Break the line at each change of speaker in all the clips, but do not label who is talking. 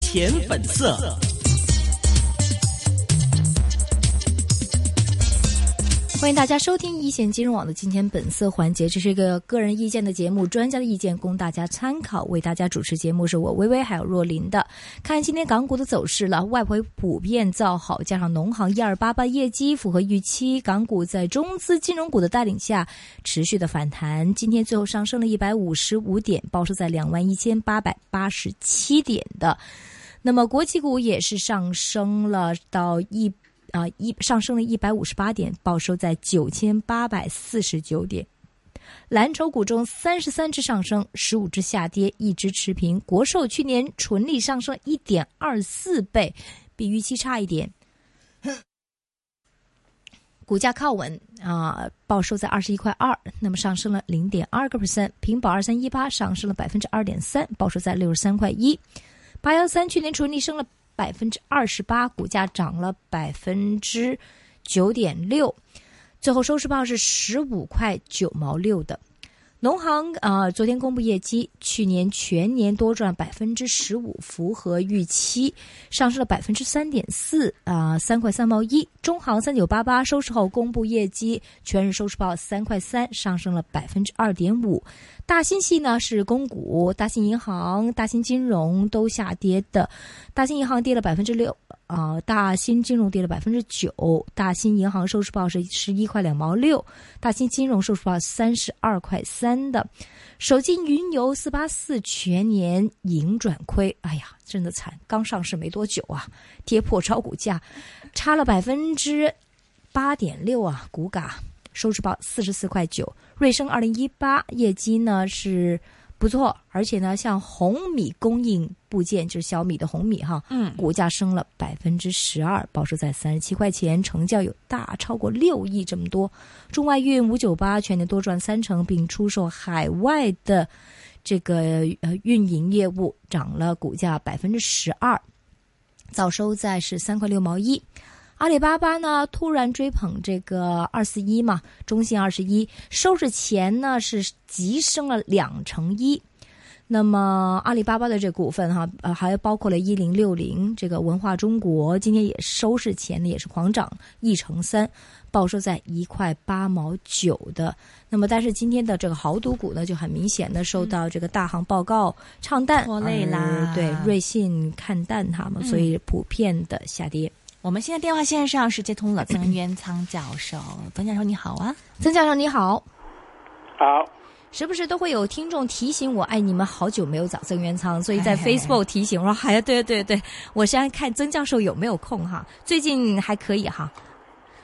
浅粉色。
欢迎大家收听一线金融网的今天本色环节，这是一个个人意见的节目，专家的意见供大家参考。为大家主持节目是我微微还有若琳的。看今天港股的走势了，外围普遍造好，加上农行一二八八业绩符合预期，港股在中资金融股的带领下持续的反弹，今天最后上升了一百五十五点，报收在两万一千八百八十七点的。那么国际股也是上升了到一啊一上升了一百五十八点，报收在九千八百四十九点。蓝筹股中，三十三只上升，十五只下跌，一只持平。国寿去年纯利上升一点二四倍，比预期差一点。股价靠稳啊、报收在二十一块二，那么上升了零点二个 percent，平保二三一八上升了百分之二点三，报收在六十三块一。八幺三去年纯利升了百分之二十八，股价涨了百分之九点六，最后收市报是十五块九毛六的。农行啊、呃昨天公布业绩，去年全年多赚百分之十五，符合预期，上升了百分之三点四啊，三块三毛一。中行三九八八收市后公布业绩，全日收市报三块三，上升了百分之二点五。大新系呢是公股，大新银行、大新金融都下跌的，大新银行跌了百分之六，啊，大新金融跌了百分之九，大新银行收市报是十一块两毛六，大新金融收市报三十二块三的，首金云游四八四全年盈转亏，哎呀，真的惨，刚上市没多久啊，跌破招股价，差了百分之八点六啊，股价收市报四十四块九。瑞声二零一八业绩呢是不错，而且呢，像红米供应部件就是小米的红米哈，
嗯
股价升了百分之十二，保持在三十七块钱，成交有大超过六亿这么多。中外运五九八全年多赚三成，并出售海外的这个呃运营业务，涨了股价百分之十二，早收在是三块六毛一。阿里巴巴呢突然追捧这个二四一嘛，中信二十一收市前呢是急升了两成一。那么阿里巴巴的这股份哈、呃，还包括了一零六零这个文化中国，今天也收市前呢也是狂涨一成三，报收在一块八毛九的。那么但是今天的这个豪赌股呢，就很明显的受到这个大行报告唱淡
拖累啦嗯
而对瑞信看淡它嘛，所以普遍的下跌。
我们现在电话线上是接通了曾渊仓教授，曾教授你好啊，
曾教授你好，
好，
时不时都会有听众提醒我，哎，你们好久没有找曾元仓，所以在
哎
Facebook 提醒我说，哎呀，对对对，我先看曾教授有没有空哈，最近还可以哈。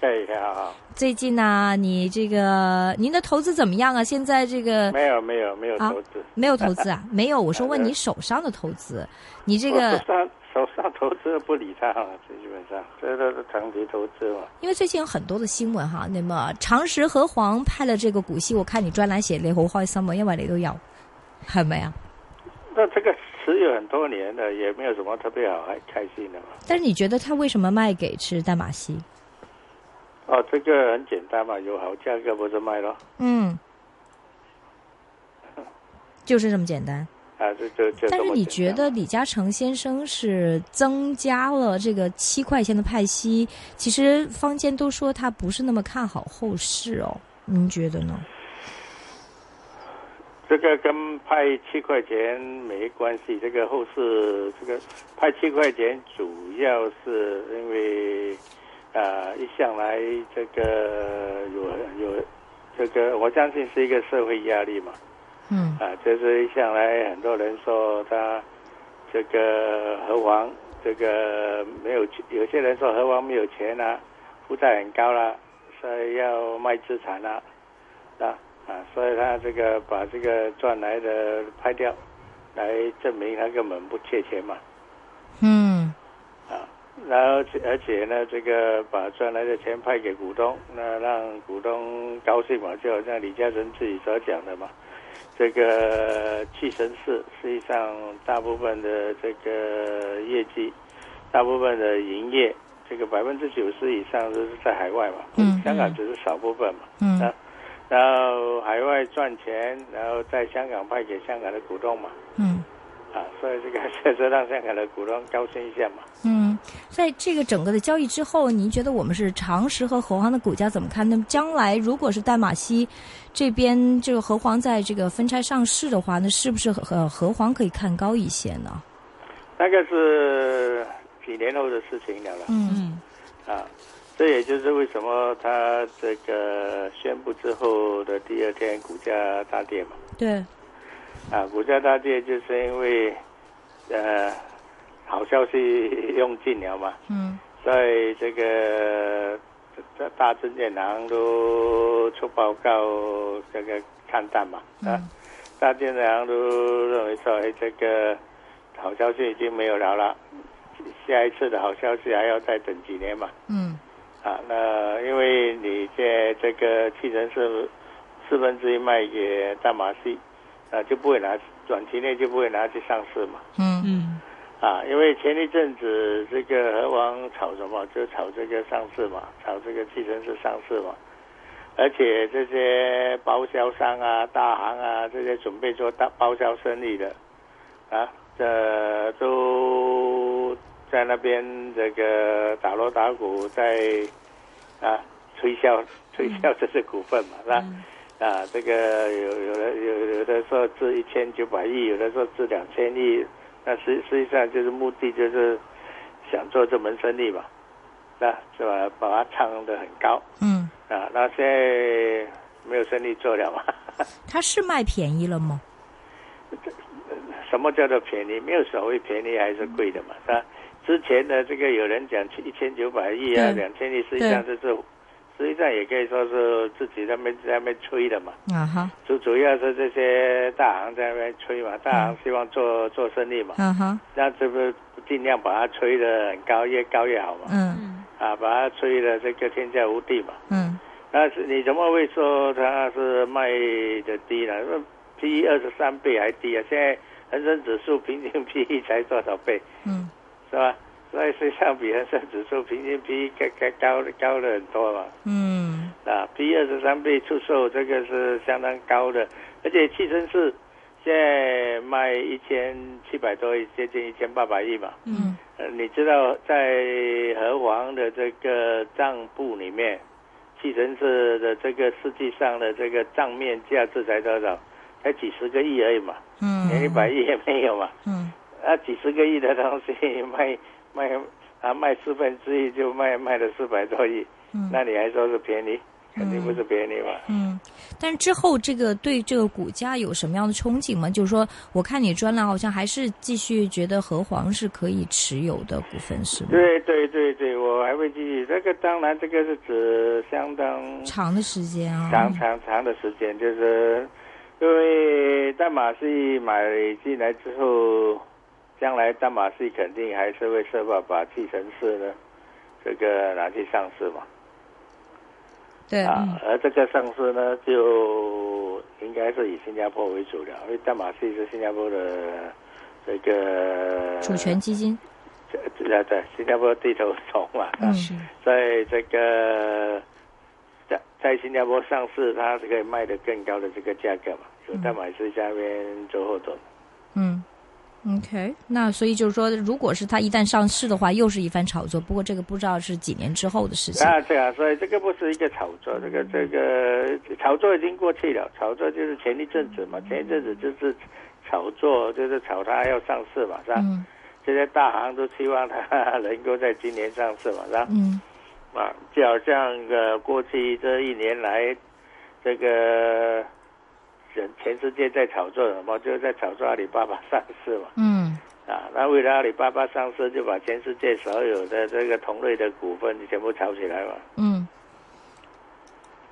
可以，好好，
最近呢、你这个您的投资怎么样啊？现在这个
没有没有没有
啊
投资，
没有投资啊？ 没有，我说问你手上的投资，你这
我
个
手上手上投资不理他了，这基本上这都是长期投资嘛，
因为最近有很多的新闻哈，那么长实和黃派了這個股息，我看你專欄寫你好開心啊，因為你都有，係咪啊？
那这个持有很多年了，也没有什么特别好还开心的嘛。
但是你覺得他為什麼賣給是淡馬锡？
哦，这个很简单嘛，有好价格不是卖咯，
嗯，就是这么简单。
啊，就就就这
但是
么
你觉
简单
得李嘉诚先生是增加了这个七块钱的派息，其实坊间都说他不是那么看好后市哦，您觉得呢？
这个跟派七块钱没关系，这个后市这个派七块钱主要是因为，呃，一向来这个有有这个，我相信是一个社会压力嘛，
嗯
啊，就是一向来很多人说他这个和王这个没有钱，有些人说和王没有钱啦、负债很高啦、所以要卖资产啦、啊，啊所以他这个把这个赚来的拍掉，来证明他根本不缺钱嘛，
嗯
啊，然后且而且呢，这个把赚来的钱派给股东，那让股东高兴嘛，就好像李嘉诚自己所讲的嘛，这个屈臣氏实际上大部分的这个业绩，大部分的营业，这个百分之九十以上都是在海外嘛，
嗯
香港只是少部分嘛，
嗯
然后海外赚钱，然后在香港派给香港的股东嘛，
嗯
啊，所以这个 这这让香港的股东高兴一下嘛。
嗯，在这个整个的交易之后，您觉得我们是长实和和黄的股价怎么看？那么将来如果是淡马锡这边这个和黄在这个分拆上市的话，那是不是和和和黄可以看高一些呢？
那个是几年后的事情了了
嗯
嗯
啊，这也就是为什么他这个宣布之后的第二天股价大跌嘛。
对，
啊，股价大跌就是因为呃好消息 用尽了嘛，
嗯
所以这个大大证券行都出报告这个看淡嘛，啊，大证券行都认为说，哎，这个好消息已经没有了啦，下一次的好消息还要再等几年嘛，
嗯
啊，那因为你在这个汽城是四分之一卖给大马士，啊，就不会拿短期内就不会拿去上市嘛。
嗯
嗯
啊，因为前一阵子这个和王炒什么，就炒这个上市嘛，炒这个汽城市上市嘛。而且这些包销商啊、大行啊，这些准备做大包销生意的，啊，这都在那边这个打锣打鼓在啊推销推销这些股份嘛，那、啊，这个有有的有有的说至一千九百亿，有的说至两千亿，那实实际上就是目的就是想做这门生意嘛，那是吧？把它唱得很高
嗯，
啊，那现在没有生意做了嘛？
它是卖便宜了吗？
什么叫做便宜？没有所谓便宜还是贵的嘛，是吧？之前的这个有人讲一千九百亿啊，
对
两千亿，实际上就是实际上也可以说是自己在那边在那边吹的嘛。
啊哈，
主主要是这些大行在那边吹嘛，大行希望做做生意嘛，
啊哈，
那这不尽量把它吹得很高，越高越好嘛，
嗯
嗯
啊，把它吹得这个天下无敌嘛。
嗯
那是你怎么会说它是卖的低呢？P E 二十三倍还低啊！现在恒生指数平均 P E 才多少倍，
嗯
是吧？所以实际上比恒生指数平均 P E 高高高高了很多嘛。
嗯
啊，P 二十三倍出售这个是相当高的，而且汽车是现在卖一千七百多亿，接近一千八百亿嘛。
嗯
嗯
呃，你知道在和黄的这个账簿里面，汽车是的这个实际上的这个账面价值才多少？才几十个亿而已嘛，连一
嗯
百亿也没有嘛。
嗯
啊，几十个亿的东西 卖卖啊卖四分之一就卖卖了四百多亿，
嗯
那你还说是便宜？肯定不是便宜嘛。
嗯，但是之后这个对这个股价有什么样的憧憬吗？就是说，我看你专栏好像还是继续觉得和黄是可以持有的股份，是吗？
对对对对，我还会继续。这个当然，这个是指相当
长的时间啊，
长长长的时间，就是因为淡马锡买进来之后，将来淡马锡肯定还是会设法把继承市呢这个拿去上市嘛。
对，嗯
啊，而这个上市呢，就应该是以新加坡为主的，因为淡马锡是新加坡的这个
主权基金，
这对对，新加坡地头虫嘛，
嗯
是
在这个在在新加坡上市，它是可以卖得更高的这个价格嘛，有代码是下面做后盾。
嗯，OK，那所以就是说，如果是它一旦上市的话，又是一番炒作。不过这个不知道是几年之后的事情，
啊，对啊，所以这个不是一个炒作，这个这个呃炒作已经过去了，炒作就是前一阵子嘛，
嗯
前一阵子就是炒作，就是炒它要上市嘛，是吧？
嗯
这些大行都期望它能够在今年上市嘛，是吧？
嗯
啊，就好像呃，过去这一年来，这个全全世界在炒作什么，就是在炒作阿里巴巴上市嘛。
嗯
啊，那为了阿里巴巴上市，就把全世界所有的这个同类的股份全部炒起来嘛。
嗯，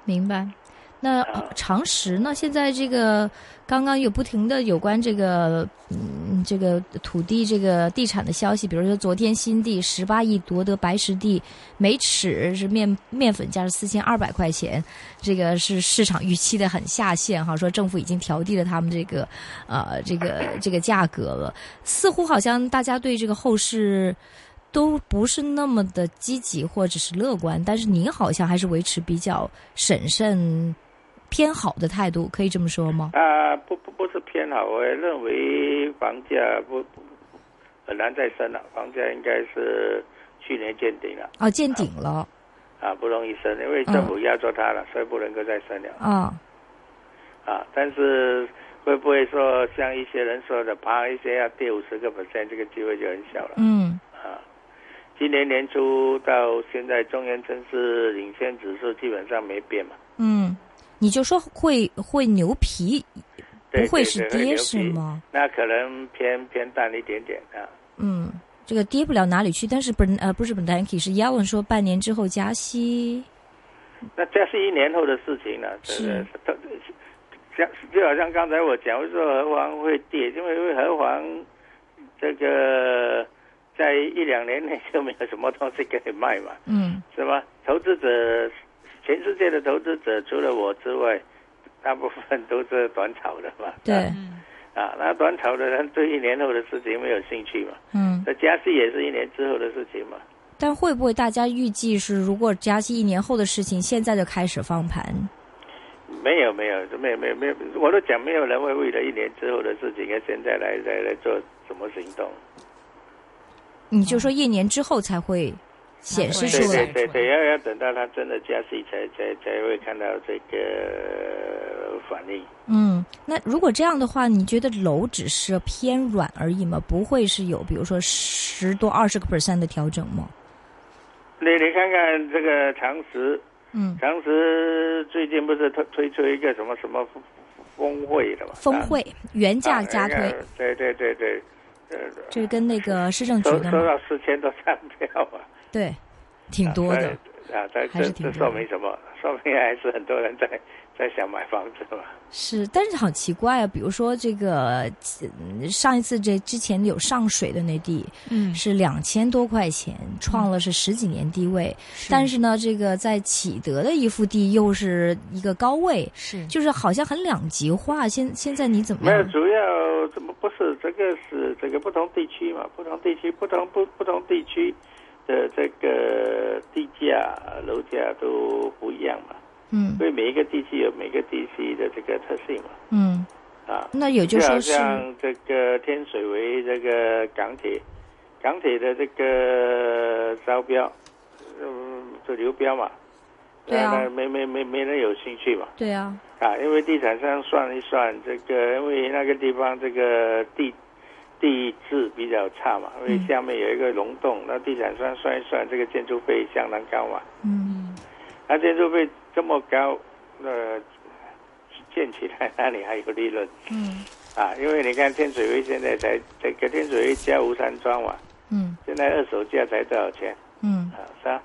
明白。那呃常识呢？现在这个刚刚有不停的有关这个嗯这个土地这个地产的消息，比如说昨天新地十八亿夺得白石地，每尺是面面粉价是四千二百块钱，这个是市场预期的很下限哈，说政府已经调低了他们这个呃这个这个价格了，似乎好像大家对这个后市。都不是那么的积极或者是乐观，但是您好像还是维持比较审慎、偏好的态度，可以这么说吗？
啊，不不不是偏好，我认为房价不不很难再升了，房价应该是去年见顶了
啊，见顶了
啊，不容易升，因
嗯
为政府压缩它了，所以不能够再升了
啊，
啊。但是会不会说像一些人说的，爬一些要跌五十个 percent，这个机会就很小了
嗯
啊。今年年初到现在，中原城市领先指数基本上没变嘛，
嗯，你就说会会牛皮，
对
不会
对
是
对
跌
牛
是
皮
吗？
那可能偏偏淡一点点啊。
嗯，这个跌不了哪里去，但是本呃不是本 b a 是 Yellen 说半年之后加息，
那这是一年后的事情了，这
是
个它像就好像刚才我讲，我说核黄会跌，因为因为核黄这个在一两年内就没有什么东西可以卖嘛，
嗯
是吧？投资者，全世界的投资者除了我之外，大部分都是短炒的嘛。
对，
嗯
啊，那短炒的人对一年后的事情没有兴趣嘛？
嗯，
那加息也是一年之后的事情嘛？
但会不会大家预计是如果加息一年后的事情，现在就开始放盘？
没有没有没有没有没有，我都讲没有人会为了一年之后的事情跟现在来来来做什么行动。
你就说一年之后才会显示
对
对
出
对
来，
对对，要要等到他真的加息才才才会看到这个反应。
嗯，那如果这样的话，你觉得楼只是偏软而已吗？不会是有比如说十多二十个 percent 的调整吗？
你你看看这个常识，
嗯，
常识最近不是推推出一个什么什么峰峰会的嘛？
峰会原价
啊
加推，
那个对对对对，呃，
这是跟那个市政局
收
的
收
嘛，
到四千多张票啊。
对，挺多的。
啊，但
还
这
是挺多的
这说明什么？ 说明还是很多人在 在想买房子嘛。
是，但是好奇怪啊！比如说这个嗯上一次这之前有上水的那地
嗯，
是两千多块钱，创了是十几年低位，但是呢，这个在启德的一幅地又是一个高位，
是
就是好像很两极化。现现在你怎么
没有，
样？
主要怎么不是这个是这个不同地区嘛，不同地区不同不不同地区的这个地价楼价都不一样嘛，
嗯
所以每一个地区有每个地区的这个特性嘛。
嗯，
啊，
那也就
好
说是
像这个天水围这个港铁，港铁的这个招标，嗯，就流标嘛，
对啊
那没没没没人有兴趣嘛，
对啊，
啊，因为地产商算一算，这个因为那个地方这个地地质比较差嘛，因为
嗯
下面有一个溶洞，那地产商算一算，这个建筑费相当高嘛，
嗯
嗯
那建筑费这么高，呃，建起来那你还有利润？
嗯
啊，因为你看天水围现在才这个天水围加吴山庄嘛，
嗯
现在二手价才多少钱
嗯
啊？是吧？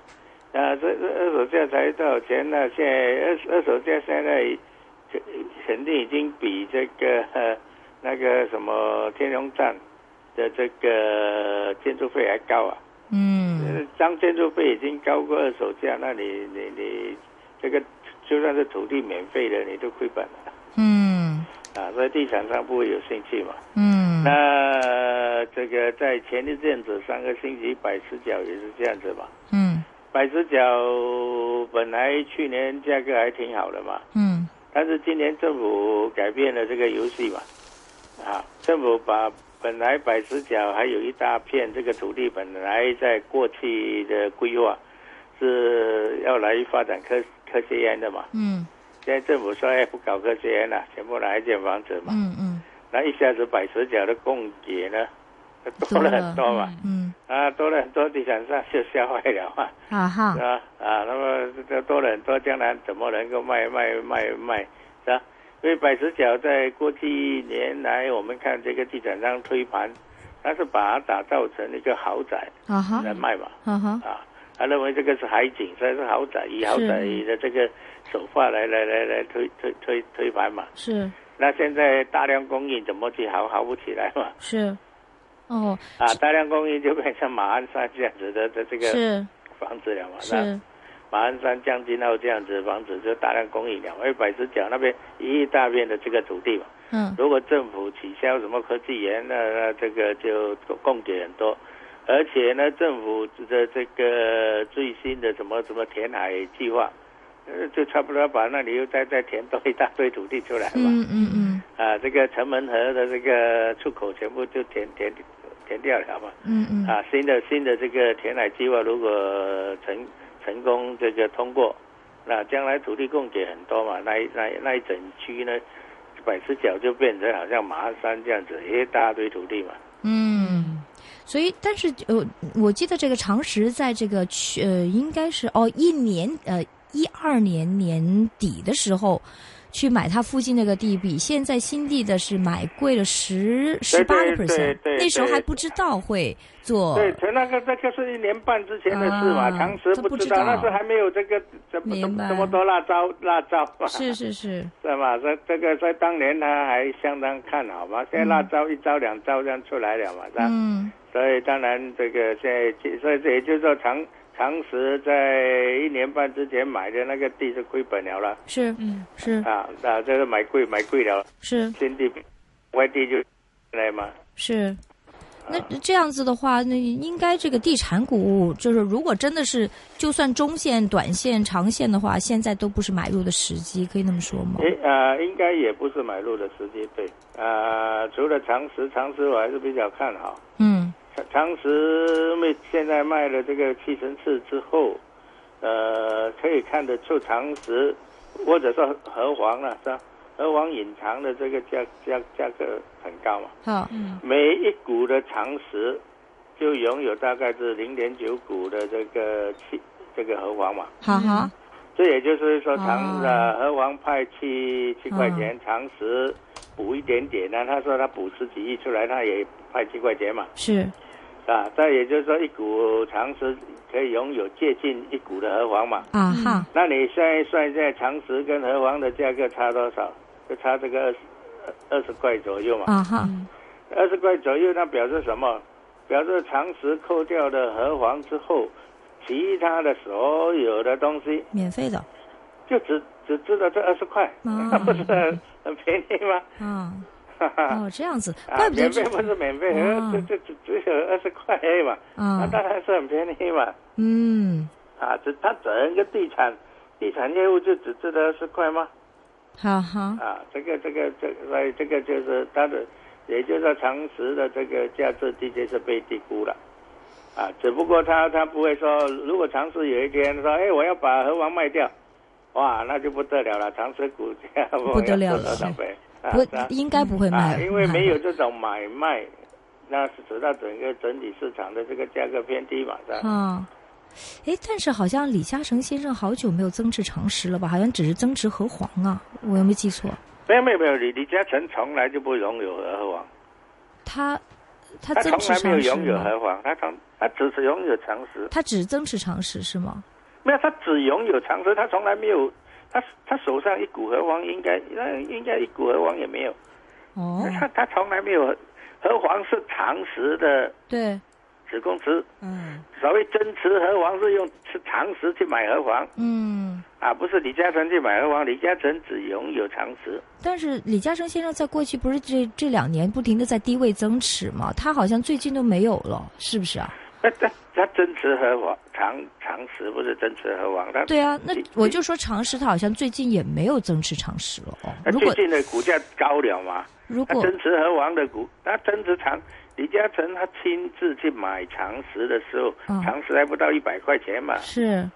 啊，这这二手价才多少钱呢？现在二二手价现在肯肯定已经比这个、呃、那个什么天龙站的这个建筑费还高啊！
嗯
呃当建筑费已经高过二手价，那你你你这个就算是土地免费的，你都亏本了
嗯
啊！所以地产商不会有兴趣嘛。
嗯
那这个在前一阵子上个星期百十角也是这样子嘛，
嗯
百十角本来去年价格还挺好的嘛，
嗯
但是今年政府改变了这个游戏嘛，啊，政府把本来百十角还有一大片这个土地本来在过去的规划是要来发展科科学园的嘛，
嗯
现在政府说哎不搞科学园了，全部拿来建房子嘛，
嗯嗯
那一下子百十角的供给呢，多了很多嘛，
嗯
啊，多了很多地产商就吓坏了嘛，
啊哈
是，吧？啊，那么这多了很多，将来怎么能够卖卖卖卖，是吧？因为百十角在过去一年来，我们看这个地产商推盘，他是把它打造成一个豪宅
啊哈
来卖嘛，
啊哈，
啊，他认为这个是海景，所以是豪宅，以豪
是
宅的这个手法来来来来推推推推盘嘛。
是
那现在大量供应怎么去豪豪不起来嘛？
是，哦
啊，大量供应就变成马鞍山这样子的的这个
是
房子了嘛。那
是
马鞍山将军澳这样子的房子就大量供应了，因为百十角那边一大片的这个土地嘛，
嗯
如果政府取消什么科技园，那那这个就供给很多。而且呢，政府的这个最新的什么什么填海计划，呃就差不多把那里又再再填多一大堆土地出来嘛。
嗯嗯嗯
啊，这个城门河的这个出口全部就填填填掉了嘛。
嗯嗯，
啊，新的新的这个填海计划如果成成功这个通过，那将来土地供给很多嘛，那一那一那一整区呢，百十角就变成好像马鞍山这样子一大堆土地嘛。
嗯，所以，但是呃，我记得这个常识在这个去呃，应该是哦，一年呃，一二年年底的时候去买它附近那个地，比现在新地的是买贵了十十八个
对对
percent，
对
那时候
对
还不知道会做，
对，从那个那就是一年半之前的事嘛，
哦啊
常识
这
不
不
知
知道
那时候还没有这个怎么
明白
这么多辣椒辣椒嘛，
是是是，
是吧？这这个在当年他还相当看好嘛，现在辣椒一招两招这样出来了嘛，是吧？
嗯
所以当然这个现在，所以这也就是说常常识在一年半之前买的那个地是亏本了啦，
是
嗯，
是
啊，那这个买贵买贵了，
是
新地外地就来嘛，
是。
呃
那这样子的话，那应该这个地产股，就是如果真的是，就算中线、短线、长线的话，现在都不是买入的时机，可以那么说吗？
诶啊、应该也不是买入的时机，对，啊、除了常识，常识我还是比较看好。
嗯
常常识卖现在卖了这个七成四之后，呃，可以看得出常识或者说和黄了、是吧？和黄隐藏的这个价价价格很高嘛，
好，
嗯
每一股的常识就拥有大概是零点九股的这个七这个和黄嘛，
哈哈，
这也就是说常
哦
呃和黄派七七块
嗯
钱，常识补一点点呢、他说他补十几亿出来，他也派七块钱嘛。
是，
啊，再也就是说一股常识可以拥有接近一股的和黄嘛？
啊哈，
那你现在算一下常识跟和黄的价格差多少？就差这个二十二十块左右嘛。
啊哈，
二十块左右，那表示什么？表示常识扣掉了和黄之后，其他的所有的东西
免费的
就只只值得这二十块，
啊
那不是很很便宜吗？
啊，
哈哈。
哦这样子，
啊，
怪不得
免费
这
不是免费，呃
啊
这这只只有二十块而已嘛，那
啊，
当然是很便宜嘛。
嗯，
啊，这它整个地产地产业务就只值得十块吗？
哈哈，
啊，这个这个这个所以这个就是它的，也就是说常识的这个价值的确是被低估了。啊，只不过他他不会说，如果常识有一天说，哎，我要把和王卖掉，哇，那就不得了了，常识股价
不得了了
多少倍？啊
不
是啊，
应该不会
啊
卖，，
因为没有这种买卖，那是使到整个整体市场的这个价格偏低嘛，是吧？
啊。哎，但是好像李嘉诚先生好久没有增持常识了吧？好像只是增持和黄啊，我有没有记错？
没有没有没有，李李嘉诚从来就不拥有和王。
他他
他
增
从
持
来没有
常识
拥有
吗？
和黄，他从他只是拥有常识，
他只增持常识是吗？
没有他只拥有常识，他从来没有他他手上一股和黄应该那应该一股和黄也没有，
哦，
嗯
他他从来没有和和黄是常识的
对，
子公司，
嗯
所谓增持和黄是用是常识去买和黄
嗯。
啊，不是李嘉诚去买和黄，李嘉诚只拥有常识，
但是李嘉诚先生在过去不是这这两年不停的在低位增持吗？他好像最近都没有了，是不是啊？
他他他增持和黄常常识不是增持和黄，他
对啊，那
你
我就说常识，他好像最近也没有增持常识了哦。
他
如
呃最
果
呃近的股价高了嘛？
如
他
果
增持和王的股，他增持长，李嘉诚他亲自去买长实的时候，
嗯
长实还不到一百块钱嘛，
是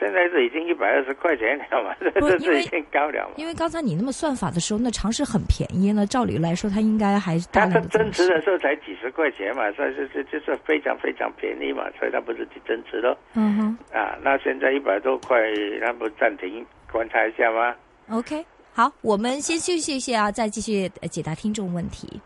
现在是已经一百二十块钱了嘛，这
不
这
因
这
为
已经高了嘛。
因为刚才你那么算法的时候，那常识很便宜呢，照理来说他应该还大
他他
量的
增
增
持
持。
的时候才几十块钱嘛，所以这这就是非常非常便宜嘛，所以他不是去增持咯
嗯哼
啊。那现在一百多块，那不暂停观察一下吗？
，OK，好，我们先休息一下啊，再继续呃解答听众问题。